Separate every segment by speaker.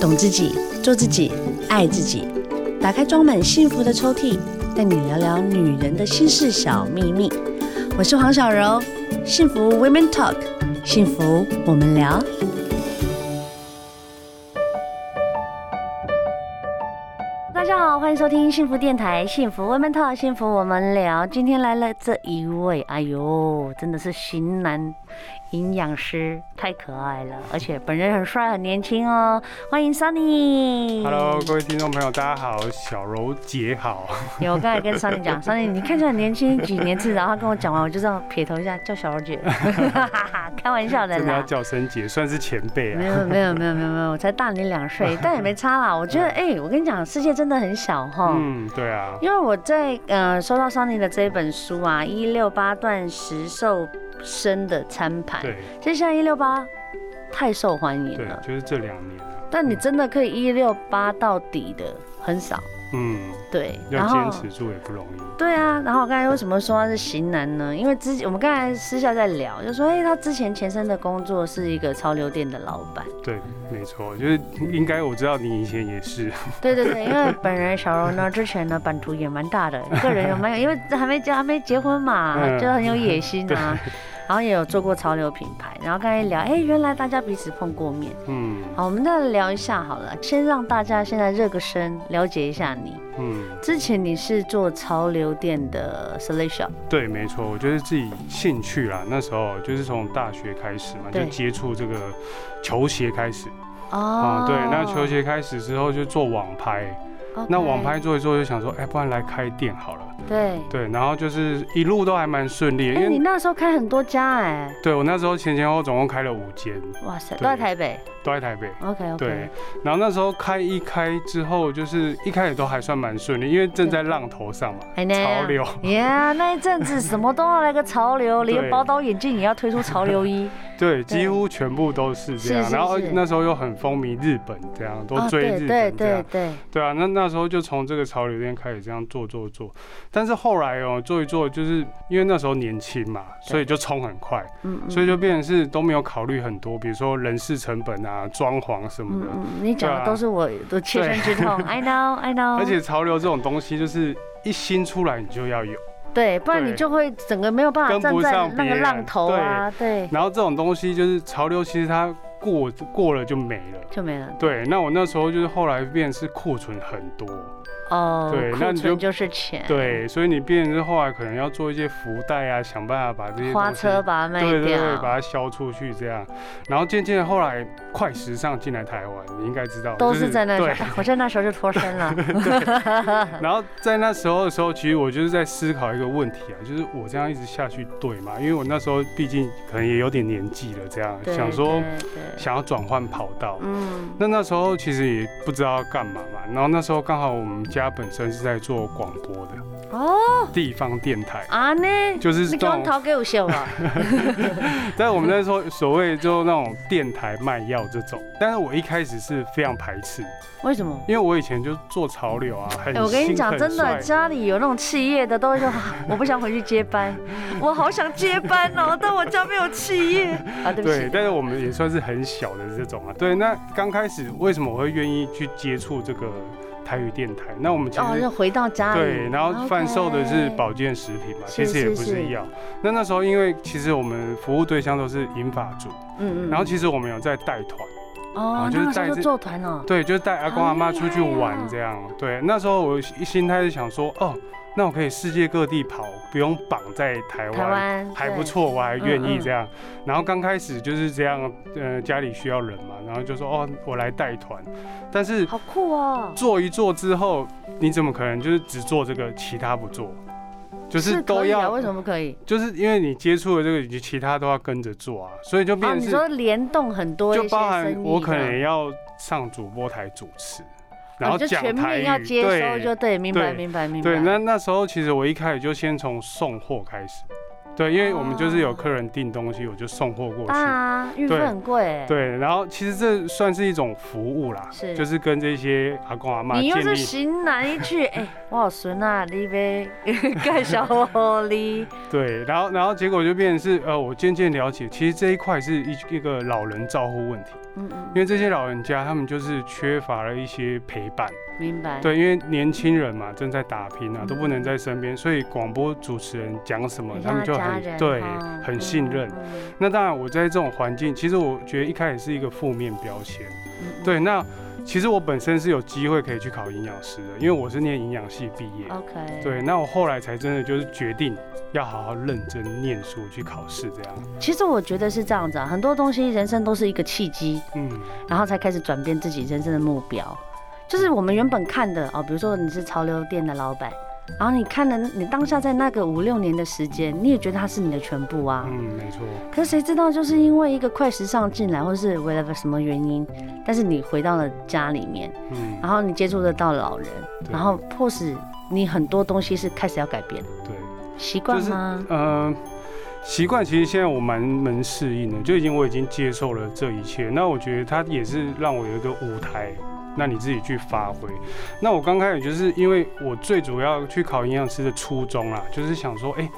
Speaker 1: 懂自己，做自己，爱自己。打开装满幸福的抽屉，带你聊聊女人的心事小秘密。我是黄小柔，幸福 Women Talk，幸福我们聊。大家好，欢迎收听幸福电台《幸福 Women Talk》，幸福我们聊。今天来了这一位，哎呦，真的是型男营养师，太可爱了，而且本人很帅，很年轻哦。欢迎 Sunny。
Speaker 2: Hello，各位听众朋友，大家好，小柔姐好。
Speaker 1: 有，我刚才跟 Sunny 讲，Sunny 你看起来很年轻，几年次，然后他跟我讲完，我就这样撇头一下，叫小柔姐， 开玩笑的
Speaker 2: 这个要
Speaker 1: 啦。
Speaker 2: 叫声姐，算是前辈
Speaker 1: 没
Speaker 2: 啊。
Speaker 1: 有没有没有没有没有，我才大你两岁，但也没差啦。我觉得，哎、我跟你讲，世界真的很小哈。
Speaker 2: 嗯，对啊，
Speaker 1: 因为我在呃收到桑尼的这一本书啊，《一六八断食瘦身的餐盘》，
Speaker 2: 对
Speaker 1: 其实现在一六八太受欢迎
Speaker 2: 对
Speaker 1: 了，，
Speaker 2: 就是这两年啊，
Speaker 1: 但你真的可以一六八到底的很少，
Speaker 2: 嗯，
Speaker 1: 对，
Speaker 2: 要坚持住也不容易。
Speaker 1: 对啊，然后我刚才为什么说他是型男呢？因为之前我们刚才私下在聊，就说哎、他之前前身的工作是一个潮流店的老 板，
Speaker 2: 对，没错，就是应该我知道你以前也是，
Speaker 1: 对对对，因为本人小柔呢，之前呢版图也蛮大的，个人也蛮有，因为还没结还没结婚嘛，
Speaker 2: 嗯
Speaker 1: 就很有野 心啊。然后也有做过潮流品牌，然后刚才聊，哎，原来大家彼此碰过面。
Speaker 2: 嗯
Speaker 1: 好，我们再聊一下好了，先让大家现在热个身，了解一下你。
Speaker 2: 嗯，
Speaker 1: 之前你是做潮流店的 selection，
Speaker 2: 对，没错，我就是自己兴趣啦，那时候就是从大学开始嘛，就
Speaker 1: 对
Speaker 2: 接触这个球鞋开始
Speaker 1: 哦
Speaker 2: 啊，对，那球鞋开始之后就做网拍，
Speaker 1: 哦 OK，
Speaker 2: 那网拍做一做就想说，哎，不然来开店好了。
Speaker 1: 对。
Speaker 2: 对，然后就是一路都还蛮顺利的，
Speaker 1: 哎、
Speaker 2: 因
Speaker 1: 你
Speaker 2: 为
Speaker 1: 那时候开很多家哎、
Speaker 2: 对我那时候前前后后总共开了五间，
Speaker 1: 哇塞，都
Speaker 2: 对
Speaker 1: 在台北。
Speaker 2: 都在台北。
Speaker 1: OK OK。
Speaker 2: 对，然后那时候开一开之后，就是一开始都还算蛮顺利，因为正在浪头上嘛，
Speaker 1: 哎
Speaker 2: 潮。流。
Speaker 1: 耶，那一阵子什么都要来个潮流，连
Speaker 2: 对
Speaker 1: 宝岛眼镜也要推出潮流衣。
Speaker 2: 对，几乎全部都是这
Speaker 1: 是
Speaker 2: 样。
Speaker 1: 是
Speaker 2: 然后
Speaker 1: 是
Speaker 2: 那时候又很风靡日本，这样 都
Speaker 1: 哦，
Speaker 2: 追
Speaker 1: 对
Speaker 2: 日
Speaker 1: 对
Speaker 2: 本这
Speaker 1: 对
Speaker 2: 样。
Speaker 1: 对，
Speaker 2: 对啊，那那时候就从这个潮流店开始这样做做做，但是后来哦做一做，就是因为那时候年轻嘛，所以就冲很快。
Speaker 1: 嗯，嗯
Speaker 2: 所以就变成是都没有考虑很多，比如说人事成本啊、装潢什么
Speaker 1: 嗯
Speaker 2: 的。
Speaker 1: 嗯，你讲的
Speaker 2: 对啊
Speaker 1: 都是我的切身之痛，I know I know。
Speaker 2: 啊而且潮流这种东西，就是一新出来你就要有，
Speaker 1: 对，不然
Speaker 2: 对
Speaker 1: 你就会整个没有办法
Speaker 2: 跟
Speaker 1: 站
Speaker 2: 不
Speaker 1: 在
Speaker 2: 上
Speaker 1: 那个
Speaker 2: 别人
Speaker 1: 浪头啊，对，
Speaker 2: 然后这种东西就是潮流，其实它过过了就没了。
Speaker 1: 就没了。
Speaker 2: 对，那我那时候就是后来变成是库存很多，
Speaker 1: 哦，
Speaker 2: 对那
Speaker 1: 库
Speaker 2: 你就
Speaker 1: 存就是钱，，
Speaker 2: 对，所以你变成是后来可能要做一些福袋啊，想办法把这些
Speaker 1: 花
Speaker 2: 东西
Speaker 1: 车把它卖
Speaker 2: 对对对，
Speaker 1: 掉，
Speaker 2: 把它销出去这样。然后渐渐地后来快时尚进来台湾，你应该知道，
Speaker 1: 都
Speaker 2: 就是
Speaker 1: 在那时
Speaker 2: 对，
Speaker 1: 候，我在那时候就脱身 了。
Speaker 2: 然后在那时候的时候，其实我就是在思考一个问题啊，就是我这样一直下去对吗？因为我那时候毕竟可能也有点年纪了，这样
Speaker 1: 对
Speaker 2: 想说
Speaker 1: 对对
Speaker 2: 想要转换跑道。
Speaker 1: 嗯，
Speaker 2: 那那时候其实也不知道要干嘛嘛，然后那时候刚好我们家本身是在做广播的
Speaker 1: 哦，
Speaker 2: 地方电台，
Speaker 1: 啊呢，
Speaker 2: 就是
Speaker 1: 你
Speaker 2: 那
Speaker 1: 给我
Speaker 2: 种
Speaker 1: 掏给我笑啊！
Speaker 2: 在我们那时候 所谓就那种电台卖药这种，但是我一开始是非常排斥，
Speaker 1: 为什么？
Speaker 2: 因为我以前就做潮流啊，很
Speaker 1: 哎、我跟你
Speaker 2: 新
Speaker 1: 讲，
Speaker 2: 很
Speaker 1: 真的，
Speaker 2: 帅
Speaker 1: 家里有那种企业的，都会说 啊我不想回去接班， 我好想接班哦， 但我家没有企业啊，对不
Speaker 2: 对，
Speaker 1: 起，
Speaker 2: 但是我们也算是很小的这种啊。对，那刚开始为什么我会愿意去接触这个台语电台？那我们其
Speaker 1: 哦，
Speaker 2: 实、
Speaker 1: 就回到家里，
Speaker 2: 对，然后贩售的是
Speaker 1: OK
Speaker 2: 保健食品嘛，
Speaker 1: 是
Speaker 2: 其实也
Speaker 1: 是
Speaker 2: 不
Speaker 1: 是
Speaker 2: 是药。那那时候因为其实我们服务对象都是银发族，
Speaker 1: 嗯
Speaker 2: 然后其实我们有在带团，
Speaker 1: 哦，那
Speaker 2: 啊就是
Speaker 1: 个时
Speaker 2: 带
Speaker 1: 候就
Speaker 2: 这
Speaker 1: 做团哦，
Speaker 2: 对，就是带阿公阿妈
Speaker 1: 好厉害
Speaker 2: 出
Speaker 1: 啊
Speaker 2: 去玩这样。对，那时候我一心态是想说，哦，那我可以世界各地跑，不用绑在
Speaker 1: 台
Speaker 2: 台湾。
Speaker 1: 湾
Speaker 2: 还不
Speaker 1: 对
Speaker 2: 错，我还愿
Speaker 1: 嗯
Speaker 2: 意
Speaker 1: 嗯
Speaker 2: 这样。然后刚开始就是这样，呃，家里需要人嘛，然后就说哦，我来带团。但是
Speaker 1: 好酷哦，
Speaker 2: 做一做之后，你怎么可能就是只做这个，其他不做？就是
Speaker 1: 可
Speaker 2: 都
Speaker 1: 以啊
Speaker 2: 要
Speaker 1: 为，什么不可以？
Speaker 2: 就是因为你接触了这个，以及其他都要跟着做啊，所以就
Speaker 1: 啊，
Speaker 2: 变
Speaker 1: 你
Speaker 2: 成是
Speaker 1: 说联动很多一些
Speaker 2: 就
Speaker 1: 生意的，
Speaker 2: 包含我可能要上主播台主持，然
Speaker 1: 啊
Speaker 2: 后
Speaker 1: 就
Speaker 2: 讲
Speaker 1: 全
Speaker 2: 台
Speaker 1: 面要
Speaker 2: 语
Speaker 1: 接收，就
Speaker 2: 对
Speaker 1: 对，明白
Speaker 2: 对
Speaker 1: 明白明白，
Speaker 2: 对。那那时候其实我一开始就先从送货开始，对，因为我们就是有客人订东西，我就送货过去。
Speaker 1: 当然哦啊，运费
Speaker 2: 对
Speaker 1: 很贵。，
Speaker 2: 对，然后其实这算是一种服务啦，
Speaker 1: 是
Speaker 2: 就是跟这些阿公阿妈
Speaker 1: 你
Speaker 2: 建
Speaker 1: 又是
Speaker 2: 立
Speaker 1: 型男一 去，哎、我好孙啊，你呗， 介绍我哩。
Speaker 2: 对，然后然后结果就变成是呃，我渐渐了解，其实这一块是一一个老人照护问题，
Speaker 1: 嗯
Speaker 2: 因
Speaker 1: 嗯，
Speaker 2: 为这些老人家他们就是缺乏了一些陪伴，
Speaker 1: 明白。
Speaker 2: 对，因为年轻人嘛正在打拼啊，都不能
Speaker 1: 嗯
Speaker 2: 在身边，所以广播主持人讲什么
Speaker 1: 很，
Speaker 2: 他们
Speaker 1: 像
Speaker 2: 就
Speaker 1: 家
Speaker 2: 很
Speaker 1: 人
Speaker 2: 对
Speaker 1: 哦，
Speaker 2: 很信任。
Speaker 1: 嗯嗯
Speaker 2: 那当然，我在这种环境，其实我觉得一开始是一个负面标签。
Speaker 1: 嗯
Speaker 2: 对，那其实我本身是有机会可以去考营养师的，因为我是念营养系毕业。
Speaker 1: OK，
Speaker 2: 对，那我后来才真的就是决定要好好认真念书去考试这样。
Speaker 1: 其实我觉得是这样子啊，很多东西人生都是一个契机，
Speaker 2: 嗯，
Speaker 1: 然后才开始转变自己人生的目标。就是我们原本看的哦，比如说你是潮流店的老板，然后你看了你当下在那个五六年的时间，你也觉得它是你的全部啊。
Speaker 2: 嗯，没错，
Speaker 1: 可是谁知道，就是因为一个快时尚进来，或是 whatever 什么原因，但是你回到了家里面，
Speaker 2: 嗯，
Speaker 1: 然后你接触得到老人，啊
Speaker 2: 对
Speaker 1: 然后迫使你很多东西是开始要改变
Speaker 2: 对，
Speaker 1: 习惯
Speaker 2: 就是
Speaker 1: 吗？
Speaker 2: 呃，习惯其实现在我蛮能适应的，就已经我已经接受了这一切。那我觉得它也是让我有一个舞台，那你自己去发挥。那我刚开始就是因为我最主要去考营养师的初衷啦，就是想说，哎、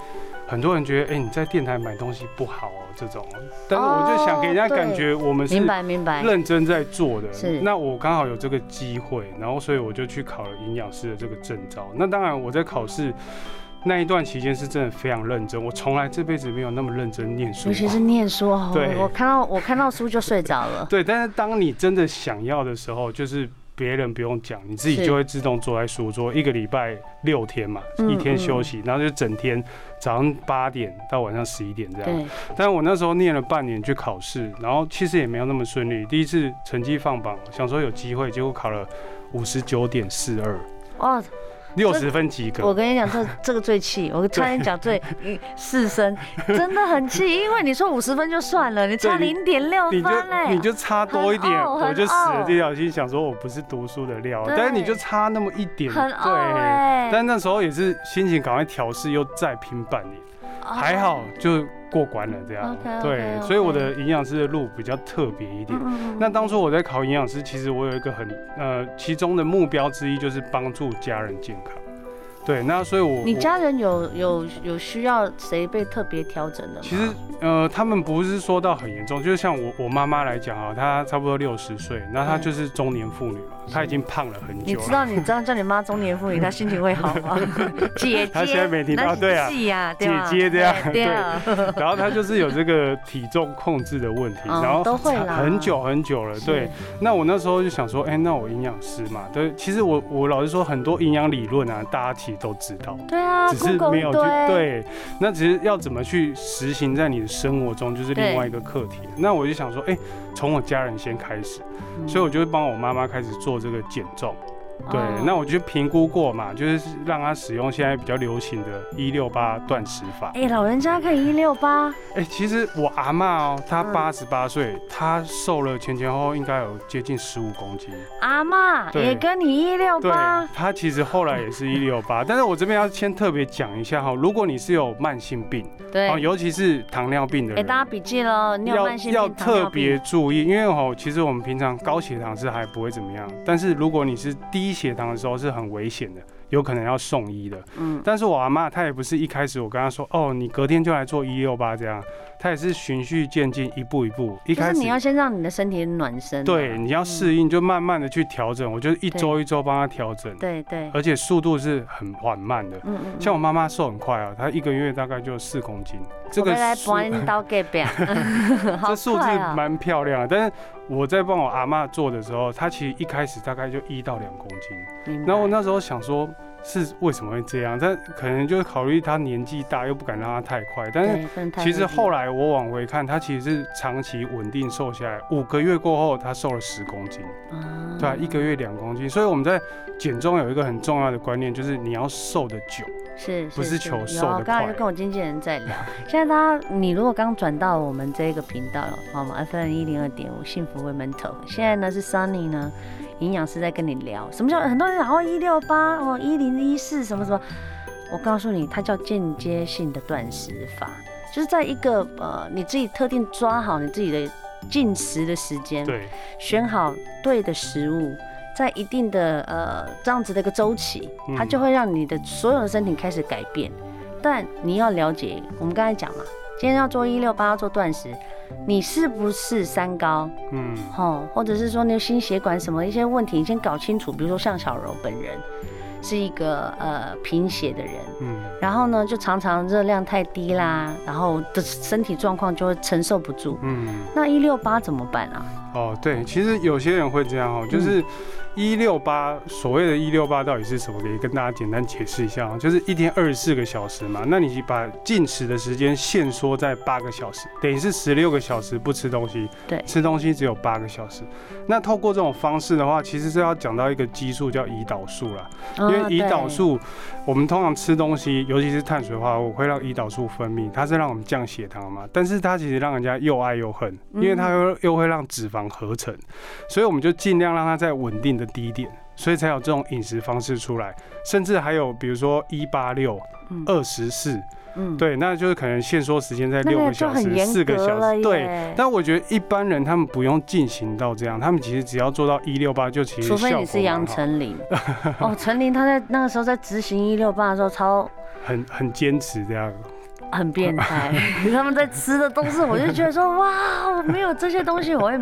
Speaker 2: 很多人觉得，哎、你在电台买东西不好哦、这种，但是我就想给人家
Speaker 1: 哦对
Speaker 2: 感觉我们是
Speaker 1: 明白明白，
Speaker 2: 认真在做的。
Speaker 1: 是
Speaker 2: 那我刚好有这个机会，然后所以我就去考了营养师的这个证照。那当然我在考试。那一段期间是真的非常认真，我从来这辈子没有那么认真念书
Speaker 1: 尤其
Speaker 2: 过
Speaker 1: 是。念书哦，
Speaker 2: 对
Speaker 1: 我看到我看到书就睡着 了。
Speaker 2: 对，但是当你真的想要的时候，就是别人不用讲，你自己
Speaker 1: 是
Speaker 2: 就会自动坐在书桌。一个礼拜六天嘛，
Speaker 1: 嗯
Speaker 2: 一天休息，然后就整天早上八点到晚上十一点这样。
Speaker 1: 对，
Speaker 2: 但我那时候念了半年去考试，然后其实也没有那么顺利。第一次成绩放榜，想说有机会，结果考了五十九点四二，
Speaker 1: 哇，
Speaker 2: 六十分及
Speaker 1: 我
Speaker 2: 格。
Speaker 1: 跟你讲，这这个最 气，我差点讲最嗯四声，真的很气，因为你说五十分就算了，你差
Speaker 2: 对你
Speaker 1: 零点六
Speaker 2: 你就
Speaker 1: 分嘞
Speaker 2: 你，就差多一点，
Speaker 1: 欸很傲很
Speaker 2: 我就死了
Speaker 1: 傲
Speaker 2: 这条心，想说我不是读书的料，
Speaker 1: 对
Speaker 2: 但是你就差那么一点，
Speaker 1: 很傲哎、
Speaker 2: 但那时候也是心情赶快调试，又再拼半年，
Speaker 1: 哦
Speaker 2: 还好就过关了这样。
Speaker 1: OK，OK，
Speaker 2: 对，
Speaker 1: OK
Speaker 2: 所以我的营养师的路比较特别一点
Speaker 1: 嗯。嗯嗯
Speaker 2: 那当初我在考营养师，其实我有一个很呃，其中的目标之一就是帮助家人健康。对，那所以我
Speaker 1: 你
Speaker 2: 我
Speaker 1: 家人有有有需要谁被特别调整的吗？
Speaker 2: 其实呃，他们不是说到很严重，就是像我我妈妈来讲啊，她差不多六十岁，那她
Speaker 1: 嗯
Speaker 2: 就是中年妇女嘛，她已经胖了很
Speaker 1: 你
Speaker 2: 久
Speaker 1: 知
Speaker 2: 了。
Speaker 1: 道你这样叫你妈中年妇女，她心情会好 吗？姐姐，
Speaker 2: 她现在没听到
Speaker 1: 那是
Speaker 2: 对啊
Speaker 1: 是 呀，对吧
Speaker 2: 姐姐这样
Speaker 1: 对对啊，
Speaker 2: 然后她就是有这个体重控制的问题，
Speaker 1: 哦
Speaker 2: 然后
Speaker 1: 都会啦
Speaker 2: 很久很久了，呃对。那我那时候就想说，哎、那我营养师嘛，对，其实我我老实说，很多营养理论啊，大家其实都知道，
Speaker 1: 对啊，
Speaker 2: 只是
Speaker 1: Google
Speaker 2: 没有去
Speaker 1: 一堆，
Speaker 2: 对，那只是要怎么去实行在你的生活中，就是另外一个课题。那我就想说，哎、从我家人先开始，
Speaker 1: 嗯
Speaker 2: 所以我就会帮我妈妈开始做这个减重。对，
Speaker 1: 哦
Speaker 2: 那我就评估过嘛，就是让她使用现在比较流行的“一六八”断食法。
Speaker 1: 哎，老人家可以一六八，
Speaker 2: 哎、其实我阿嬷哦，她
Speaker 1: 嗯
Speaker 2: 八十八岁，她瘦了前前后后应该有接近十五公斤。
Speaker 1: 阿妈
Speaker 2: 对
Speaker 1: 也跟你一六
Speaker 2: 对
Speaker 1: 八，，
Speaker 2: 她其实后来也是一六八，但是我这边要先特别讲一下哈，如果你是有慢性病。
Speaker 1: 对
Speaker 2: 哦，，尤其是糖尿病的
Speaker 1: 哎，
Speaker 2: 人，
Speaker 1: 大家笔记喽，你有
Speaker 2: 要
Speaker 1: 慢性病
Speaker 2: 要
Speaker 1: 糖尿
Speaker 2: 特别
Speaker 1: 病
Speaker 2: 注意，因为哦，其实我们平常高血糖是还不会怎么样，但是如果你是低血糖的时候是很危险的，有可能要送医的。
Speaker 1: 嗯，
Speaker 2: 但是我阿妈她也不是一开始我跟她说，哦，你隔天就来做一六八这样，她也是循序渐进，一步一步，一
Speaker 1: 就
Speaker 2: 开
Speaker 1: 是
Speaker 2: 始
Speaker 1: 你要先让你的身体暖身啊，
Speaker 2: 对你要适应，就慢慢的去调整，我就是一周一周帮她调整，
Speaker 1: 对对，
Speaker 2: 而且速度是很缓慢的。
Speaker 1: 嗯嗯，
Speaker 2: 像我妈妈瘦很快啊，她一个月大概就四公斤，这
Speaker 1: 我
Speaker 2: 个
Speaker 1: 们来
Speaker 2: 速
Speaker 1: 搬刀给表，好
Speaker 2: 这数字
Speaker 1: 快啊
Speaker 2: 蛮漂亮的，但是我在帮我阿嬷做的时候，她其实一开始大概就一到两公斤，
Speaker 1: 明
Speaker 2: 然后我
Speaker 1: 白
Speaker 2: 那时候想说，是为什么会这样？但可能就是考虑她年纪大，又不敢让她太快。但是
Speaker 1: 对不能太
Speaker 2: 其实
Speaker 1: 过分
Speaker 2: 后来我往回看，她其实是长期稳定瘦下来，五个月过后她瘦了十公斤，
Speaker 1: 啊
Speaker 2: 对、啊，一个月两公斤。所以我们在减重有一个很重要的观念，就是你要瘦的久，
Speaker 1: 是
Speaker 2: 不是求瘦
Speaker 1: 有
Speaker 2: 得
Speaker 1: 我刚才
Speaker 2: 快
Speaker 1: 就跟我经纪人在 聊，现在大家你如果刚转到我们这个频道，好吗？FM 一零二点五幸福 Women Talk，现在呢是 Sunny 呢营养师在跟你聊，什么叫很多人讲哦一六八哦一零一四什么什么，我告诉你，它叫间接性的断食法。就是在一个呃你自己特定抓好你自己的进食的时间，
Speaker 2: 对
Speaker 1: 选好对的食物，在一定的呃这样子的一个周期，
Speaker 2: 嗯
Speaker 1: 它就会让你的所有的身体开始改变。但你要了解，我们刚才讲嘛，今天要做一六八，要做断食，你是不是三高？
Speaker 2: 嗯
Speaker 1: 哦，或者是说你有心血管什么一些问题，你先搞清楚。比如说像小柔本人是一个呃贫血的人，
Speaker 2: 嗯
Speaker 1: 然后呢就常常热量太低啦，然后的身体状况就会承受不住。
Speaker 2: 嗯，
Speaker 1: 那一六八怎么办啊？
Speaker 2: 哦，对，其实有些人会这样哦，就是一六八，所谓的“一六八”到底是什么？可以跟大家简单解释一下哦，就是一天二十四个小时嘛，那你把进食的时间限缩在八个小时，等于是十六个小时不吃东西，
Speaker 1: 对
Speaker 2: 吃东西只有八个小时。那透过这种方式的话，其实是要讲到一个激素叫胰岛素啦，因为
Speaker 1: 啊
Speaker 2: 胰岛，素，我们通常吃东西，尤其是碳水化合物，会让胰岛素分泌，它是让我们降血糖嘛。但是它其实让人家又爱又恨，因为它
Speaker 1: 嗯
Speaker 2: 又又会让脂肪合成，所以我们就尽量让它在稳定的低点，所以才有这种饮食方式出来。甚至还有比如说一八六、
Speaker 1: 嗯
Speaker 2: 二十四，
Speaker 1: 对嗯，
Speaker 2: 对，那就是可能限缩时间在
Speaker 1: 那
Speaker 2: 六
Speaker 1: 个
Speaker 2: 个
Speaker 1: 就
Speaker 2: 小
Speaker 1: 很
Speaker 2: 时、
Speaker 1: 严
Speaker 2: 四
Speaker 1: 格
Speaker 2: 个小
Speaker 1: 了
Speaker 2: 时，
Speaker 1: 耶。
Speaker 2: 对。但我觉得一般人他们不用进行到这样，他们其实只要做到一六八就其实
Speaker 1: 除
Speaker 2: 效
Speaker 1: 非你
Speaker 2: 果
Speaker 1: 是杨
Speaker 2: 蛮好
Speaker 1: 丞 琳，哦，丞琳她在那个时候在执行一六八的时候超
Speaker 2: 很很坚持这样。
Speaker 1: 很变 态，他们在吃的东西，我就觉得说哇，我没有这些东西，我会，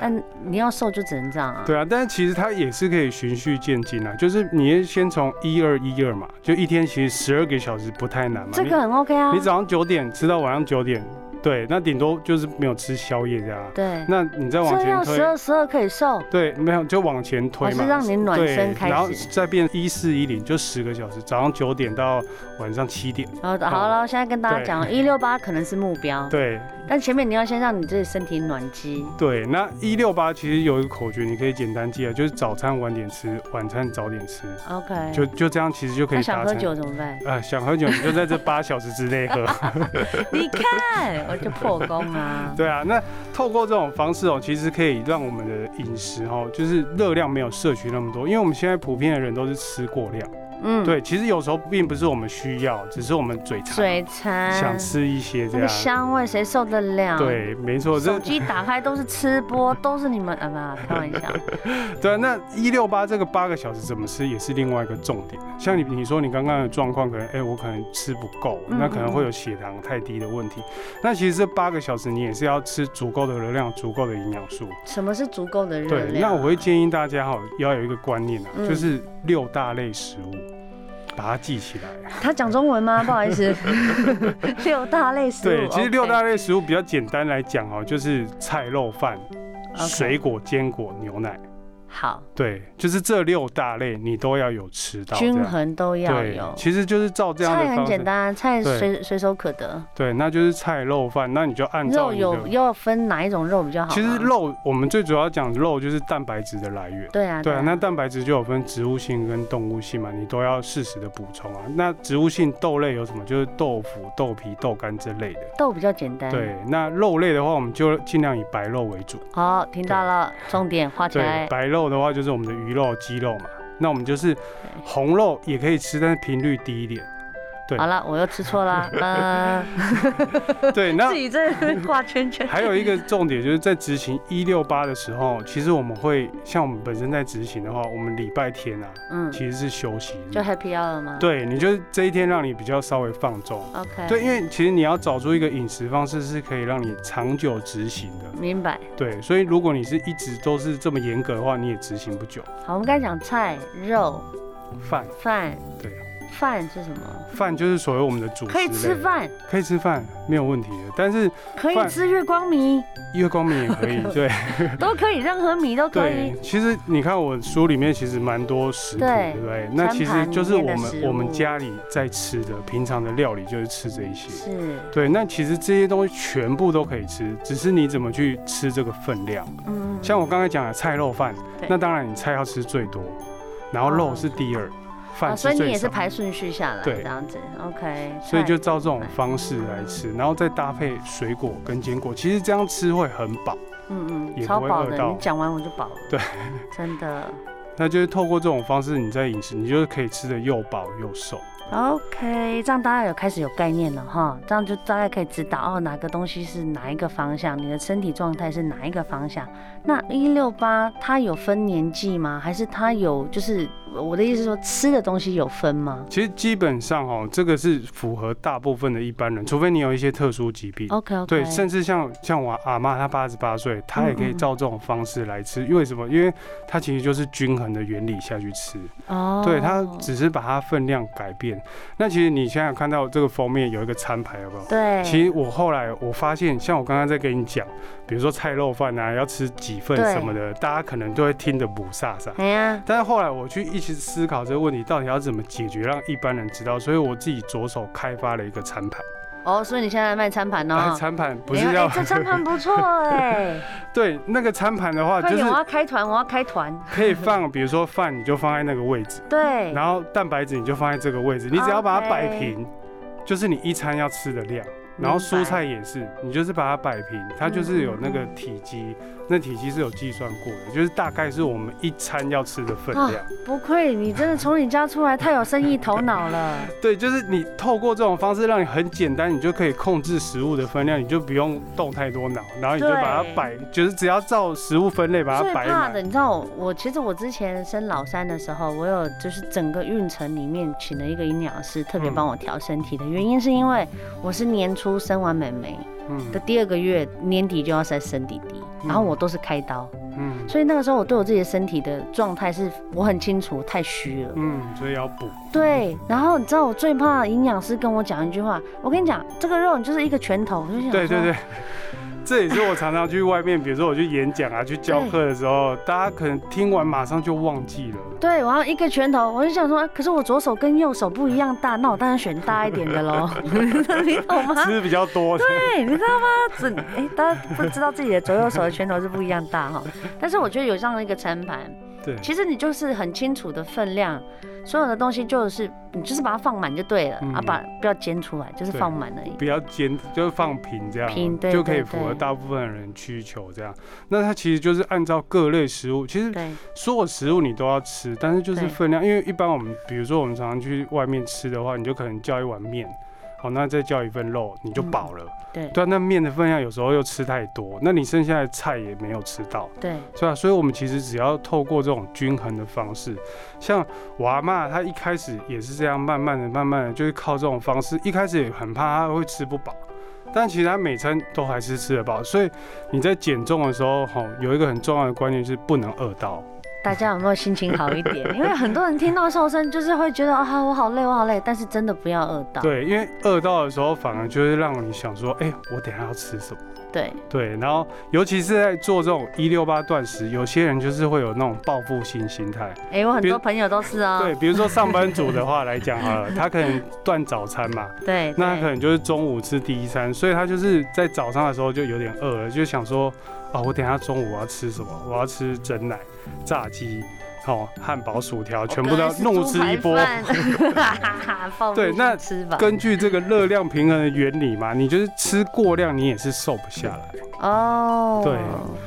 Speaker 1: 但你要瘦就只能这样啊。
Speaker 2: 对啊，但是其实它也是可以循序渐进啊，就是你先从一二一二嘛，就一天其实十二个小时不太难嘛。
Speaker 1: 这个很 OK 啊。
Speaker 2: 你你早上九点吃到晚上九点，对，那顶多就是没有吃宵夜这样啊。
Speaker 1: 对，
Speaker 2: 那你再往
Speaker 1: 这
Speaker 2: 前
Speaker 1: 样
Speaker 2: 推
Speaker 1: 十，二十二可以瘦，
Speaker 2: 对，没有就往前推
Speaker 1: 我
Speaker 2: 嘛。
Speaker 1: 是让你暖
Speaker 2: 对
Speaker 1: 身，开
Speaker 2: 然后
Speaker 1: 始。
Speaker 2: 再变一四一零，就十个小时，早上九点到晚上七点。
Speaker 1: 然后好了，现在跟大家讲，一六八可能是目标，
Speaker 2: 对
Speaker 1: 但前面你要先让你自己身体暖机。
Speaker 2: 对，那一六八其实有一个口诀，你可以简单记啊，就是早餐晚点吃，晚餐早点吃，
Speaker 1: OK，
Speaker 2: 就就这样，其实就可以
Speaker 1: 那
Speaker 2: 达
Speaker 1: 想喝
Speaker 2: 成。
Speaker 1: 酒怎么办？
Speaker 2: 啊，想喝酒你就在这八小时之内 喝。
Speaker 1: 你看，我就破功啊。
Speaker 2: 对啊，那透过这种方式哦，其实可以让我们的饮食哦，就是热量没有摄取那么多，因为我们现在普遍的人都是吃过量。
Speaker 1: 嗯，
Speaker 2: 对，其实有时候并不是我们需要，只是我们嘴馋，
Speaker 1: 嘴馋，
Speaker 2: 想吃一些
Speaker 1: 那个
Speaker 2: 这样。
Speaker 1: 香味谁受得了？，
Speaker 2: 对，没错，这
Speaker 1: 手机打开都是吃播，都是你们啊，不，开玩 笑。
Speaker 2: 对啊。那一六八这个八个小时怎么吃也是另外一个重点。像你你说你刚刚的状况，可能哎、我可能吃不够，
Speaker 1: 嗯
Speaker 2: 那可能
Speaker 1: 嗯
Speaker 2: 会有血糖太低的问题。那其实这八个小时你也是要吃足够的热量、足够的营养素。
Speaker 1: 什么是足够的热
Speaker 2: 对，
Speaker 1: 量？
Speaker 2: 那我会建议大家哈，要有一个观念啊，
Speaker 1: 嗯
Speaker 2: 就是六大类食物，把它记起来。
Speaker 1: 他讲中文吗？不好意思， 六大类食物。
Speaker 2: 对，其实
Speaker 1: OK
Speaker 2: 六大类食物比较简单来讲哦，就是菜、肉、饭、
Speaker 1: OK
Speaker 2: 水果、坚果、牛奶。
Speaker 1: 好，
Speaker 2: 对，就是这六大类你都要有吃到，这
Speaker 1: 均
Speaker 2: 样。
Speaker 1: 衡都要
Speaker 2: 对
Speaker 1: 有，。
Speaker 2: 其实就是照这样的
Speaker 1: 菜很
Speaker 2: 方
Speaker 1: 简
Speaker 2: 式。
Speaker 1: 单，菜
Speaker 2: 对
Speaker 1: 随随手可得。
Speaker 2: 对，那就是菜、肉、饭，那你就按照
Speaker 1: 肉
Speaker 2: 你的
Speaker 1: 有要分哪一种肉比较好吗？
Speaker 2: 其实肉，我们最主要讲肉就是蛋白质的来源。
Speaker 1: 对啊，
Speaker 2: 对啊，那蛋白质就有分植物性跟动物性嘛，你都要适时的补充啊。那植物性豆类有什么？就是豆腐、豆皮、豆干这类的。
Speaker 1: 豆比较简单。，
Speaker 2: 对，那肉类的话，我们就尽量以白肉为主。
Speaker 1: 好，听到了，重点画起
Speaker 2: 对
Speaker 1: 来，。
Speaker 2: 白肉的话就是我们的鱼肉、鸡肉嘛。那我们就是红肉也可以吃，但是频率低一点。对
Speaker 1: 好了，我又吃错 了，呃，
Speaker 2: 对，那
Speaker 1: 自己在那边画圈圈。
Speaker 2: 还有一个重点就是在执行一六八的时候，其实我们会像我们本身在执行的话，我们礼拜天啊
Speaker 1: 嗯，
Speaker 2: 其实是休息日
Speaker 1: 就。happy hour 吗？
Speaker 2: 对，你就是这一天让你比较稍微放纵。
Speaker 1: ，OK，
Speaker 2: 对，因为其实你要找出一个饮食方式是可以让你长久执行的。
Speaker 1: 明白。
Speaker 2: 对，所以如果你是一直都是这么严格的话，你也执行不久。
Speaker 1: 好，我们刚才讲菜、肉、
Speaker 2: 饭，
Speaker 1: 饭，
Speaker 2: 对啊，
Speaker 1: 饭是什么？
Speaker 2: 饭就是所谓我们的主食
Speaker 1: 可以吃
Speaker 2: 类，
Speaker 1: 饭，
Speaker 2: 可以吃饭，没有问题的。但是
Speaker 1: 可以
Speaker 2: 饭
Speaker 1: 吃月光米，
Speaker 2: 月光米也可以， 对
Speaker 1: 都可以，任何米都可以
Speaker 2: 对。。其实你看我书里面其实蛮多食谱，
Speaker 1: 对
Speaker 2: 对不对？那其实就是
Speaker 1: 餐
Speaker 2: 我
Speaker 1: 盘里面的食
Speaker 2: 们
Speaker 1: 物
Speaker 2: 我们家里在吃的平常的料理就是吃这一些。
Speaker 1: 是，
Speaker 2: 对，那其实这些东西全部都可以吃，只是你怎么去吃这个分量。
Speaker 1: 嗯，
Speaker 2: 像我刚才讲的菜肉饭
Speaker 1: 对，
Speaker 2: 那当然你菜要吃最多，然后肉是第二，
Speaker 1: 啊，
Speaker 2: 饭
Speaker 1: 所
Speaker 2: 是
Speaker 1: 以你
Speaker 2: 最
Speaker 1: 也是
Speaker 2: 少。
Speaker 1: 排顺序下来
Speaker 2: 对
Speaker 1: 这样子，OK。
Speaker 2: 所以就照这种方式来吃，然后再搭配水果跟坚果，其实这样吃会很饱。
Speaker 1: 嗯嗯，
Speaker 2: 也不
Speaker 1: 超
Speaker 2: 会
Speaker 1: 饱
Speaker 2: 饿
Speaker 1: 的，
Speaker 2: 到
Speaker 1: 你讲完我就饱了。
Speaker 2: 对，
Speaker 1: 真的。
Speaker 2: 那就是透过这种方式，你在饮食，你就是可以吃的又饱又瘦。
Speaker 1: OK，这样大家有开始有概念了哈，这样就大概可以知道哦，哪个东西是哪一个方向，你的身体状态是哪一个方向。那一六八它有分年纪吗？还是它有就是我的意思是说吃的东西有分吗
Speaker 2: 其实基本上哈，这个是符合大部分的一般人，除非你有一些特殊疾病。
Speaker 1: ？OK 哦 OK，
Speaker 2: 对，甚至像像我阿妈，她八十八岁，她也可以
Speaker 1: 嗯嗯
Speaker 2: 照这种方式来吃。因为什么？因为它其实就是均衡的原理下去吃。
Speaker 1: 哦
Speaker 2: 对，它只是把它分量改变。那其实你现在有看到这个封面有一个餐牌，有没有？
Speaker 1: 对，
Speaker 2: 其实我后来我发现，像我刚刚在跟你讲，比如说菜肉饭啊，要吃几份
Speaker 1: 对
Speaker 2: 什么的，大家可能都会听得不飒飒。
Speaker 1: 哎呀，
Speaker 2: 但是后来我去一直思考这个问题，到底要怎么解决，让一般人知道，所以我自己着手开发了一个餐盘。
Speaker 1: 哦，所以你现在卖餐盘
Speaker 2: 啊，
Speaker 1: 哦。
Speaker 2: 餐盘不
Speaker 1: 哎呦
Speaker 2: 是
Speaker 1: 哎
Speaker 2: 要、
Speaker 1: 这餐盘不错哎、
Speaker 2: 对那个餐盘的话，
Speaker 1: 快
Speaker 2: 啊就
Speaker 1: 点，
Speaker 2: 是
Speaker 1: 我要开团，我要开团。
Speaker 2: 可以放，比如说饭你就放在那个位置，
Speaker 1: 对，
Speaker 2: 然后蛋白质你就放在这个位置，你只要把它
Speaker 1: 嗯 OK
Speaker 2: 摆平，就是你一餐要吃的量。然后蔬菜也是，你就是把它摆
Speaker 1: 嗯
Speaker 2: 平，它就是有那个体积，那体积是有计算过的，就是大概是我们一餐要吃的分
Speaker 1: 啊
Speaker 2: 量。
Speaker 1: 不愧你真的从你家出来太有生意头脑了。
Speaker 2: 对，就是你透过这种方式，让你很简单，你就可以控制食物的分量，你就不用动太多脑，然后你就把它
Speaker 1: 对
Speaker 2: 摆，就是只要照食物分类把它
Speaker 1: 最
Speaker 2: 摆
Speaker 1: 怕的，
Speaker 2: 满。
Speaker 1: 你知道我，我其实我之前生老三的时候，我有就是整个孕程里面请了一个营养师，特别
Speaker 2: 嗯
Speaker 1: 帮我调身体的原因，是因为我是年初生完妹妹
Speaker 2: 嗯
Speaker 1: 的第二个月，年底就要再生弟弟，
Speaker 2: 嗯
Speaker 1: 然后我都是开刀，
Speaker 2: 嗯
Speaker 1: 所以那个时候我对我自己的身体的状态是我很清楚，太虚了。
Speaker 2: 嗯，所以要补。
Speaker 1: 对，然后你知道我最怕营养师跟我讲一句话，我跟你讲，这个肉你就是一个拳头，我 就想
Speaker 2: 对对
Speaker 1: 说
Speaker 2: 对， 这也是我常常去外面，比如说我去演讲啊、去教课的时候，
Speaker 1: 嗯
Speaker 2: 大家可能听完马上就忘记了。
Speaker 1: 对，然后一个拳头，我就想说，啊可是我左手跟右手不一样大，那我当然选大一点的 喽，你懂吗？
Speaker 2: 吃比较多的，
Speaker 1: 对，你知道吗？这哎、大家不知道自己的左右手的拳头是不一样大哈，但是我觉得有这样的一个餐盘，
Speaker 2: 对，
Speaker 1: 其实你就是很清楚的分量，所有的东西就是你就是把它放满就对了，
Speaker 2: 嗯
Speaker 1: 啊把不要煎出来，就是
Speaker 2: 对
Speaker 1: 放满而已。
Speaker 2: 不要煎，就放平这样，
Speaker 1: 平对
Speaker 2: 就可以
Speaker 1: 对
Speaker 2: 符合
Speaker 1: 对
Speaker 2: 大部分人需求这样。那它其实就是按照各类食物，其实
Speaker 1: 对，
Speaker 2: 所有食物你都要吃，但是就是
Speaker 1: 对
Speaker 2: 分量，因为一般我们比如说我们常常去外面吃的话，你就可能叫一碗面。好，那再叫一份肉，你就饱了。
Speaker 1: 对
Speaker 2: 对啊，那面的分量有时候又吃太多，那你剩下的菜也没有吃到，
Speaker 1: 对，
Speaker 2: 是吧、啊所以我们其实只要透过这种均衡的方式，像我阿妈，她一开始也是这样，慢慢的、慢慢的，就是靠这种方式。一开始也很怕她会吃不饱，但其实她每餐都还是吃得饱。所以你在减重的时候，吼，有一个很重要的观念就是不能饿到。
Speaker 1: 大家有没有心情好一点？因为很多人听到瘦身就是会觉得啊我好累我好累，但是真的不要饿到。
Speaker 2: 对，因为饿到的时候，反而就是让你想说，哎、我等一下要吃什么？
Speaker 1: 对
Speaker 2: 对，然后尤其是在做这种一六八断食，有些人就是会有那种报复性心态。
Speaker 1: 哎、我很
Speaker 2: 比如
Speaker 1: 多朋友都是哦、
Speaker 2: 对，比如说上班族的话来讲好了，他可能断早餐嘛，
Speaker 1: 对，
Speaker 2: 那他
Speaker 1: 对
Speaker 2: 可能就是中午吃第一餐，所以他就是在早上的时候就有点饿了，就想说，啊，我等一下中午我要吃什么？我要吃蒸奶、炸鸡、哦，汉堡、薯条，全部都要怒吃一波。
Speaker 1: 波
Speaker 2: 对那
Speaker 1: 吃吧。
Speaker 2: 根据这个热量平衡的原理嘛，你就是吃过量，你也是瘦不下来。
Speaker 1: 哦，
Speaker 2: 对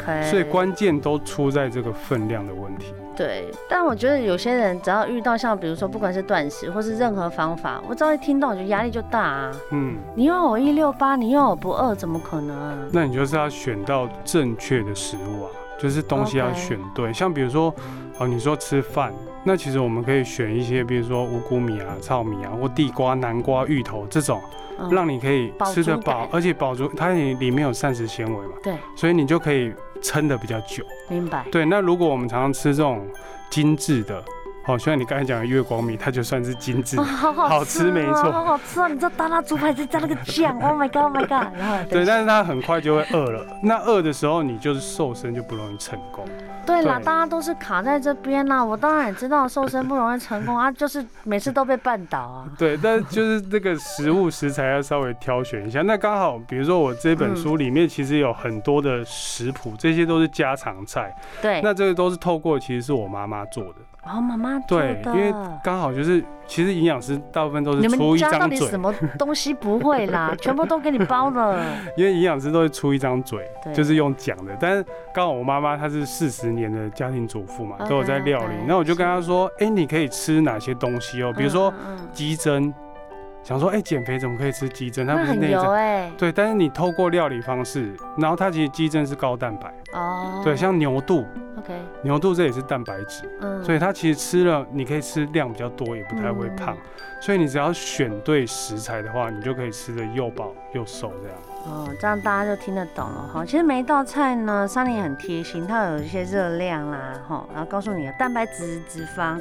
Speaker 1: ，OK。
Speaker 2: 所以关键都出在这个分量的问题。
Speaker 1: 对，但我觉得有些人只要遇到像比如说不管是断食或是任何方法，我只要一听到我就压力就大啊。
Speaker 2: 嗯，
Speaker 1: 你要我一六八，你要我不饿，怎么可能啊？
Speaker 2: 那你就是要选到正确的食物啊，就是东西要
Speaker 1: OK
Speaker 2: 选对。像比如说，哦，你说吃饭，那其实我们可以选一些，比如说五谷米啊、糙米啊，或地瓜、南瓜、芋头这种，
Speaker 1: 嗯
Speaker 2: 让你可以
Speaker 1: 饱
Speaker 2: 吃得
Speaker 1: 足
Speaker 2: 饱
Speaker 1: 感，
Speaker 2: 而且饱足，它也里面有膳食纤维嘛，
Speaker 1: 对，
Speaker 2: 所以你就可以撑得比较久。
Speaker 1: 明白。
Speaker 2: 对，那如果我们常常吃这种精致的，哦，虽然你刚才讲的月光米，它就算是精致
Speaker 1: 啊，好好
Speaker 2: 好
Speaker 1: 吃
Speaker 2: 吃没错
Speaker 1: 啊 好好吃啊！你知道大拉猪排再加那个酱，Oh my god，Oh my god，然后
Speaker 2: 对，但是它很快就会饿了。那饿的时候，你就是瘦身就不容易成功。
Speaker 1: 对啦，
Speaker 2: 对
Speaker 1: 大家都是卡在这边啦。我当然也知道瘦身不容易成功啊，就是每次都被绊倒啊。
Speaker 2: 对，但就是这个食物食材要稍微挑选一下。那刚好，比如说我
Speaker 1: 嗯
Speaker 2: 这本书里面其实有很多的食谱，这些都是家常菜。
Speaker 1: 对，
Speaker 2: 那这个都是透过其实是我妈妈做的。
Speaker 1: 哦，妈妈做
Speaker 2: 对，
Speaker 1: 的
Speaker 2: 因为刚好就是，其实营养师大部分都
Speaker 1: 你
Speaker 2: 是出
Speaker 1: 们
Speaker 2: 一
Speaker 1: 家到
Speaker 2: 张
Speaker 1: 底
Speaker 2: 嘴
Speaker 1: 什，么东西不会 啦？全部都给你包了。
Speaker 2: 因为营养师都会出一张嘴
Speaker 1: 对，
Speaker 2: 就是用讲的。但是刚好我妈妈她是四十年的家庭主妇嘛，
Speaker 1: OK，
Speaker 2: 都有在料理
Speaker 1: OK，。
Speaker 2: 那我就跟她说，哎，你可以吃哪些东西哦？比如说
Speaker 1: 嗯，嗯嗯
Speaker 2: 鸡胗，想说哎减肥怎么可以吃鸡胗？它
Speaker 1: 那
Speaker 2: 不是
Speaker 1: 很
Speaker 2: 内
Speaker 1: 油
Speaker 2: 脏。
Speaker 1: 哎。
Speaker 2: 对，但是你透过料理方式，然后它其实鸡胗是高蛋白，
Speaker 1: 哦。
Speaker 2: 对，像牛肚，
Speaker 1: OK，
Speaker 2: 牛肚这也是蛋白质，
Speaker 1: 嗯。
Speaker 2: 所以它其实吃了你可以吃量比较多，也不太会胖。所以你只要选对食材的话，你就可以吃的又饱又瘦这样。
Speaker 1: 哦，这样大家就听得懂了哈。其实每一道菜呢，三林很贴心，它有一些热量啦，哈，然后告诉你的蛋白质、脂肪，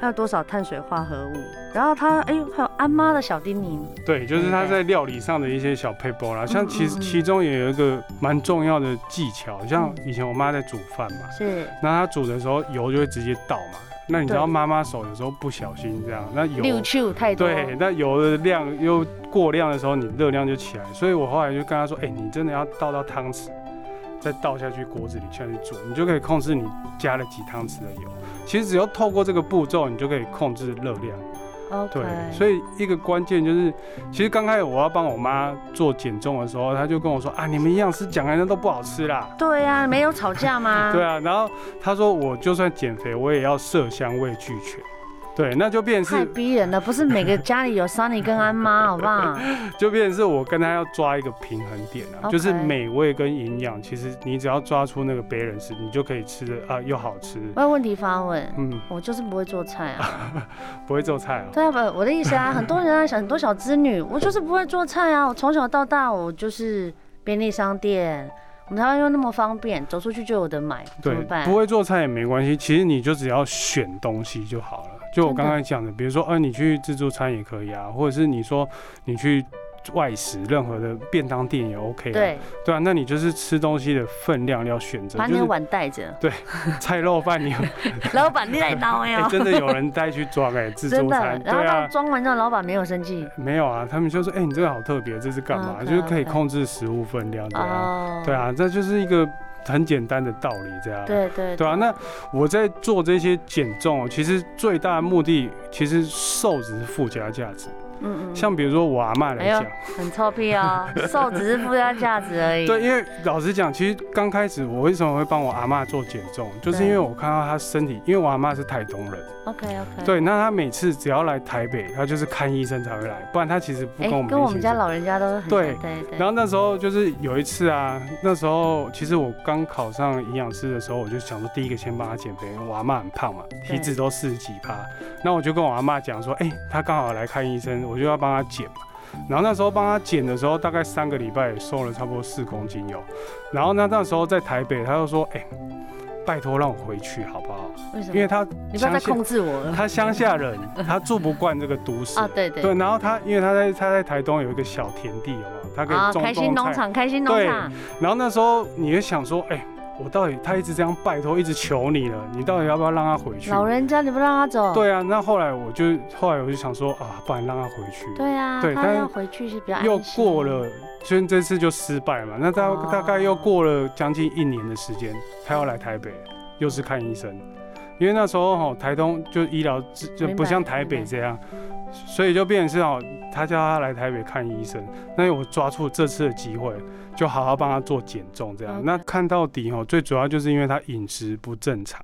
Speaker 1: 还有多少碳水化合物，然后它哎呦，还有安妈的小叮咛，
Speaker 2: 对，就是它
Speaker 1: 对
Speaker 2: 在料理上的一些小配包啦，像其
Speaker 1: 嗯嗯
Speaker 2: 其中也有一个蛮重要的技巧，像
Speaker 1: 嗯
Speaker 2: 以前我妈在煮饭嘛，
Speaker 1: 是
Speaker 2: 那她煮的时候油就会直接倒嘛，那你知
Speaker 1: 对
Speaker 2: 道妈妈手有时候不小心这样，那
Speaker 1: 六
Speaker 2: 油
Speaker 1: 球太多，
Speaker 2: 对，那油的量又过量的时候，你热量就起来，所以我后来就跟她说，哎、你真的要倒到汤匙，再倒下去锅子里下去煮，你就可以控制你加了几汤匙的油。其实只要透过这个步骤，你就可以控制热量。
Speaker 1: ，OK，
Speaker 2: 对，所以一个关键就是，其实刚开始我要帮我妈做减重的时候，她就跟我说啊，你们营养师讲的那都不好吃啦。
Speaker 1: 对啊，没有吵架吗？
Speaker 2: 对啊，然后她说我就算减肥，我也要色香味俱全。对，那就变成
Speaker 1: 太
Speaker 2: 是
Speaker 1: 逼人了，不是每个家里有 Sunny 跟安妈，好不好？
Speaker 2: 就变成是我跟她要抓一个平衡点啊
Speaker 1: OK
Speaker 2: 就是美味跟营养，其实你只要抓出那个 balance，你就可以吃的啊又好吃，
Speaker 1: 我有问题发问，
Speaker 2: 嗯，
Speaker 1: 我就是不会做菜 啊。
Speaker 2: 不会做菜啊。
Speaker 1: 对啊，不，我的意思啊，很多人啊， 很多小资女，我就是不会做菜啊，我从小到大我就是便利商店，我们台湾又那么方便，走出去就有得买，怎
Speaker 2: 对
Speaker 1: 么，办？
Speaker 2: 不会做菜也没关系，其实你就只要选东西就好了。就我刚才讲的，比如说，呃，你去自助餐也可以啊，或者是你说你去外食，任何的便当店也 OK、啊。，
Speaker 1: 对，
Speaker 2: 啊，那你就是吃东西的分量要选择
Speaker 1: 把，你
Speaker 2: 就
Speaker 1: 的
Speaker 2: 是
Speaker 1: 碗带 着，
Speaker 2: 菜肉 饭你有、
Speaker 1: 老板你来刀
Speaker 2: 哎
Speaker 1: 呀，
Speaker 2: 真的有人带去装哎、自
Speaker 1: 真
Speaker 2: 助
Speaker 1: 的
Speaker 2: 餐，，对
Speaker 1: 然后到
Speaker 2: 啊。
Speaker 1: 装完之后，老板没有生气，
Speaker 2: 没有啊，他们就说，哎、你这个好特别，这是干嘛？
Speaker 1: 哦 OK，
Speaker 2: 就是可以
Speaker 1: OK
Speaker 2: 控制食物分量，对啊，
Speaker 1: 哦，
Speaker 2: 对，啊，这就是一个很简单的道理，这样。
Speaker 1: 对对
Speaker 2: 对啊，那我在做这些减重哦，其实最大的目的，其实瘦只是附加价值。
Speaker 1: 嗯嗯，
Speaker 2: 像比如说我阿嬷来讲，
Speaker 1: 哎很臭屁哦， 瘦只是附加价值而已，
Speaker 2: 对，因为老实讲，其实刚开始我为什么会帮我阿嬷做减重，就是
Speaker 1: 对
Speaker 2: 因为我看到她身体，因为我阿嬷是台东人，
Speaker 1: ，OK OK，，
Speaker 2: 对，那她每次只要来台北，她就是看医生才会来，不然她其实不
Speaker 1: 哎
Speaker 2: 跟我，们
Speaker 1: 跟我
Speaker 2: 一
Speaker 1: 们
Speaker 2: 起
Speaker 1: 家
Speaker 2: 住
Speaker 1: 老人家都很
Speaker 2: 对
Speaker 1: 对对，
Speaker 2: 然后那时候就是有一次啊，那时候其实我刚考上营养师的时候，我就想说第一个先帮她减肥，因为我阿妈很胖嘛，体脂都四十几趴。那我就跟我阿妈讲说，哎、她刚好来看医生，我就要帮她减嘛。然后那时候帮她减的时候，大概三个礼拜也瘦了差不多四公斤有。然后那那时候在台北，她就说，哎、拜托让我回去好不好？
Speaker 1: 为什
Speaker 2: 因为
Speaker 1: 么？
Speaker 2: 她
Speaker 1: 你不要
Speaker 2: 乡
Speaker 1: 再
Speaker 2: 下
Speaker 1: 控制我了
Speaker 2: 她乡下人，她住不惯这个都市
Speaker 1: 啊，对对
Speaker 2: 对，然后他因为他在他在台东有一个小田地，有没有？他可以
Speaker 1: 哦
Speaker 2: 种
Speaker 1: 啊开心
Speaker 2: 种
Speaker 1: 农
Speaker 2: 菜。
Speaker 1: 场，开心农
Speaker 2: 对
Speaker 1: 场，
Speaker 2: 然后那时候你就想说，哎、我到底他一直这样拜托，一直求你了，你到底要不要让他回去？
Speaker 1: 老人哦家你不让他走，
Speaker 2: 对啊，那后来我就后来我就想说啊，不然让他回去。
Speaker 1: 对啊，
Speaker 2: 对
Speaker 1: 他
Speaker 2: 但
Speaker 1: 要回去是比较安
Speaker 2: 又
Speaker 1: 心
Speaker 2: 过了，所以这次就失败嘛。那大、
Speaker 1: 哦
Speaker 2: 大概又过了将近一年的时间，他要来台北，又是看医生，因为那时候哈台东就医疗资就
Speaker 1: 明白
Speaker 2: 不像台北这样，所以就变成是哦，他叫他来台北看医生，那我抓住这次的机会，就好好帮他做减重这样。
Speaker 1: OK
Speaker 2: 那看到底哈，最主要就是因为他饮食不正常，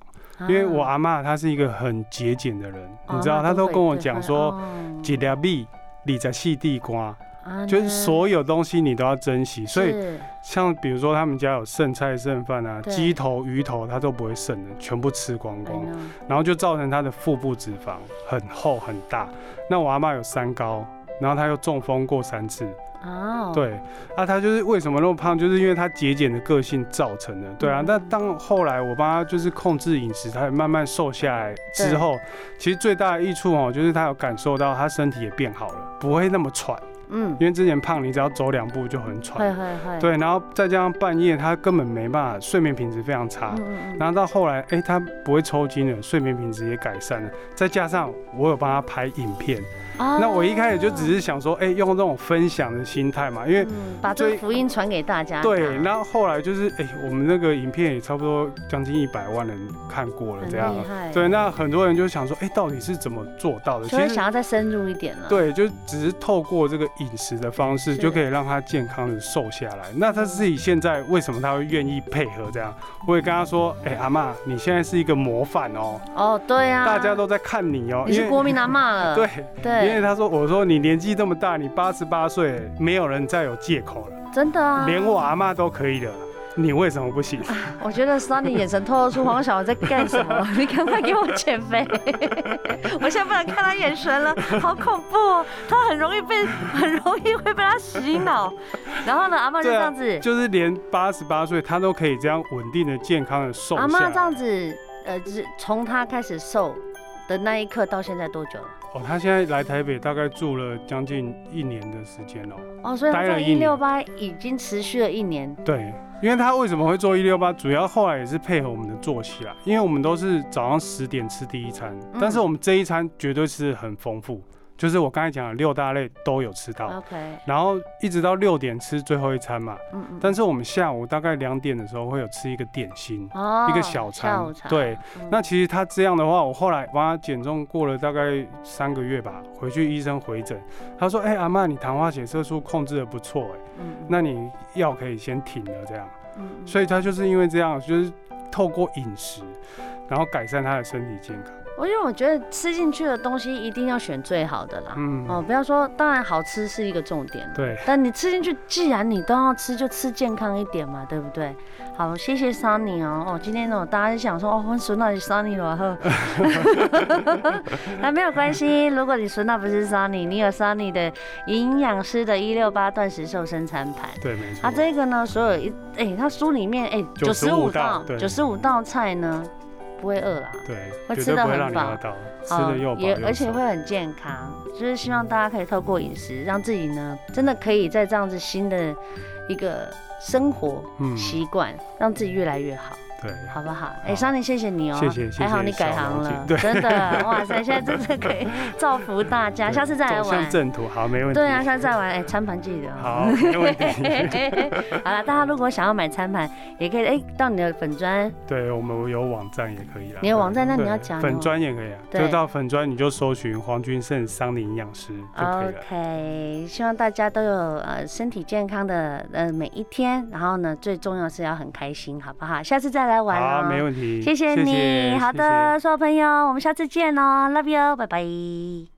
Speaker 2: 因为我
Speaker 1: 啊
Speaker 2: 阿妈她是一个很节俭的人，
Speaker 1: 哦
Speaker 2: 你知道，
Speaker 1: 那
Speaker 2: 她都
Speaker 1: 会
Speaker 2: 跟我
Speaker 1: 对
Speaker 2: 讲
Speaker 1: 会
Speaker 2: 说，
Speaker 1: 哦
Speaker 2: 几粒米，你在细地瓜。
Speaker 1: 啊
Speaker 2: 就是
Speaker 1: 呢
Speaker 2: 所有东西你都要珍惜，所以
Speaker 1: 是
Speaker 2: 像比如说他们家有剩菜剩饭啊，
Speaker 1: 对
Speaker 2: 鸡头、鱼头他都不会剩的，全部吃光
Speaker 1: I
Speaker 2: 光，
Speaker 1: know
Speaker 2: 然后就造成他的腹部脂肪很厚很大。那我阿妈有三高，然后她又中风过三次，
Speaker 1: 哦，
Speaker 2: 对，啊，她就是为什么那么胖，就是因为她节俭的个性造成的，对啊
Speaker 1: 嗯。
Speaker 2: 那当后来我帮她就是控制饮食，她也慢慢瘦下来之后，其实最大的益处哦，就是她有感受到她身体也变好了，不会那么喘。
Speaker 1: 嗯，
Speaker 2: 因为之前胖，你只要走两步就很
Speaker 1: 会
Speaker 2: 喘，
Speaker 1: 会会，，
Speaker 2: 对，然后再加上半夜他根本没办法，睡眠品质非常差。
Speaker 1: 嗯嗯嗯，
Speaker 2: 然后到后来，哎、他不会抽筋了，睡眠品质也改善了，再加上我有帮他拍影片，那
Speaker 1: 那
Speaker 2: 我一开始就只是想说，哎、用这种分享的心态嘛，因为
Speaker 1: 哦嗯把这个
Speaker 2: 最
Speaker 1: 福音传给大家，
Speaker 2: 对，然后后来就是，哎、我们那个影片也差不多将近一百万人看过了，
Speaker 1: 很
Speaker 2: 这样
Speaker 1: 厉。害，
Speaker 2: 对，，那很多人就想说，哎、到底是怎么做到的？
Speaker 1: 就会想要再深入一点了，，
Speaker 2: 对，就只是透过这个饮食的方式，
Speaker 1: 是
Speaker 2: 就可以让他健康的瘦下来。那他自己现在为什么他会愿意配合这样？我也跟他说，哎、阿嬷，你现在是一个模范哦，
Speaker 1: 哦，对啊，
Speaker 2: 大家都在看你哦，
Speaker 1: 你是国民阿骂了，
Speaker 2: 对，因为
Speaker 1: 对，
Speaker 2: 他说，我说你年纪这么大，你八十八岁，没有人再有借口了，
Speaker 1: 真的啊，
Speaker 2: 连我阿嬷都可以了，你为什么不行？
Speaker 1: 我觉得 Sunny 眼神透露出黄小在干什么， 你赶快给我减肥！ 我现在不能看他眼神了，好恐怖哦！他很容易被，很容易会被他洗脑。然后呢，阿妈就
Speaker 2: 对啊
Speaker 1: 这样子，
Speaker 2: 就是连八十八岁他都可以这样稳定的、健康的瘦下
Speaker 1: 阿
Speaker 2: 来。
Speaker 1: 妈这样子，呃，就是从他开始瘦的那一刻到现在多久了？
Speaker 2: 哦，他现在来台北大概住了将近一年的时间哦。
Speaker 1: 哦，所以他
Speaker 2: 待
Speaker 1: 在
Speaker 2: 了
Speaker 1: 一
Speaker 2: 一
Speaker 1: 六
Speaker 2: 年
Speaker 1: 八已经持续了一年。
Speaker 2: 对，因为他为什么会做一六八，主要后来也是配合我们的作息啦，因为我们都是早上十点吃第一餐，
Speaker 1: 嗯
Speaker 2: 但是我们这一餐绝对是很丰富，就是我刚才讲的六大类都有吃到。
Speaker 1: OK，
Speaker 2: 然后一直到六点吃最后一餐嘛，
Speaker 1: 嗯嗯，
Speaker 2: 但是我们下午大概两点的时候会有吃一个点心，
Speaker 1: 哦
Speaker 2: 一个小
Speaker 1: 下
Speaker 2: 餐
Speaker 1: 午茶，
Speaker 2: 对
Speaker 1: 嗯，
Speaker 2: 那其实他这样的话，我后来帮他减重过了大概三个月吧，回去医生回诊，他说：“哎、阿妈，你糖化血色素控制的不错，哎，
Speaker 1: 嗯
Speaker 2: 那你药可以先停了这样。”
Speaker 1: 嗯嗯
Speaker 2: 所以他就是因为这样，就是透过饮食，然后改善他的身体健康。
Speaker 1: 我因为我觉得吃进去的东西一定要选最好的啦。哦，
Speaker 2: 嗯，
Speaker 1: 不要说，当然好吃是一个重点，
Speaker 2: 对，
Speaker 1: 但你吃进去，既然你都要吃，就吃健康一点嘛，对不对？好，谢谢 Sunny 哦。哦，今天呢，大家就想说，哦，我孙到底 Sunny 了 呵。那没有关系，如果你孙到不是 Sunny，你有 Sunny 的营养师的一六八断食瘦身餐盘。
Speaker 2: 对，没错。
Speaker 1: 它啊这个呢，所有一哎、它书里面哎九十五
Speaker 2: 95
Speaker 1: 道
Speaker 2: 道对
Speaker 1: 九十五道菜呢，不会饿啦。
Speaker 2: 对，
Speaker 1: 会
Speaker 2: 绝
Speaker 1: 吃
Speaker 2: 对
Speaker 1: 得
Speaker 2: 不会
Speaker 1: 很
Speaker 2: 让你
Speaker 1: 饱
Speaker 2: 饿到，吃
Speaker 1: 好，
Speaker 2: 的又饱
Speaker 1: 也
Speaker 2: 又
Speaker 1: 而且
Speaker 2: 爽
Speaker 1: 会很健康，就是希望大家可以透过饮食，让自己呢真的可以在这样子新的一个生活
Speaker 2: 嗯，
Speaker 1: 习惯，让自己越来越好，
Speaker 2: 对。
Speaker 1: 好不好？哎、
Speaker 2: 好
Speaker 1: 桑尼，谢谢你哦、
Speaker 2: 谢谢谢谢
Speaker 1: 还好你改行
Speaker 2: 小
Speaker 1: 了
Speaker 2: 毛，巾对
Speaker 1: 真的， 哇塞，现在真的可以造福大家，
Speaker 2: 对
Speaker 1: 下次再来
Speaker 2: 走向
Speaker 1: 玩。
Speaker 2: 正途，好，没问题。
Speaker 1: 对啊，下次再玩，哎、餐盘记得哦、
Speaker 2: 好，没问题。
Speaker 1: 好了，大家如果想要买餐盘，也可以哎、到你的粉砖，
Speaker 2: 对我们有网站也可以啦。
Speaker 1: 你有网站那
Speaker 2: 对
Speaker 1: 你
Speaker 2: 对
Speaker 1: 要讲哦
Speaker 2: 粉砖也可以啊，
Speaker 1: 对
Speaker 2: 就到粉砖你就搜寻黄君胜桑林营养师就
Speaker 1: 哦
Speaker 2: 可以了。
Speaker 1: OK，希望大家都有呃身体健康的呃每一天，然后呢，最重要是要很开心，好不好？下次再来玩
Speaker 2: 好，
Speaker 1: 哦。
Speaker 2: 没问题。
Speaker 1: 谢谢你，好
Speaker 2: 谢谢
Speaker 1: 的，所有朋友，我们下次见哦，Love you，拜拜。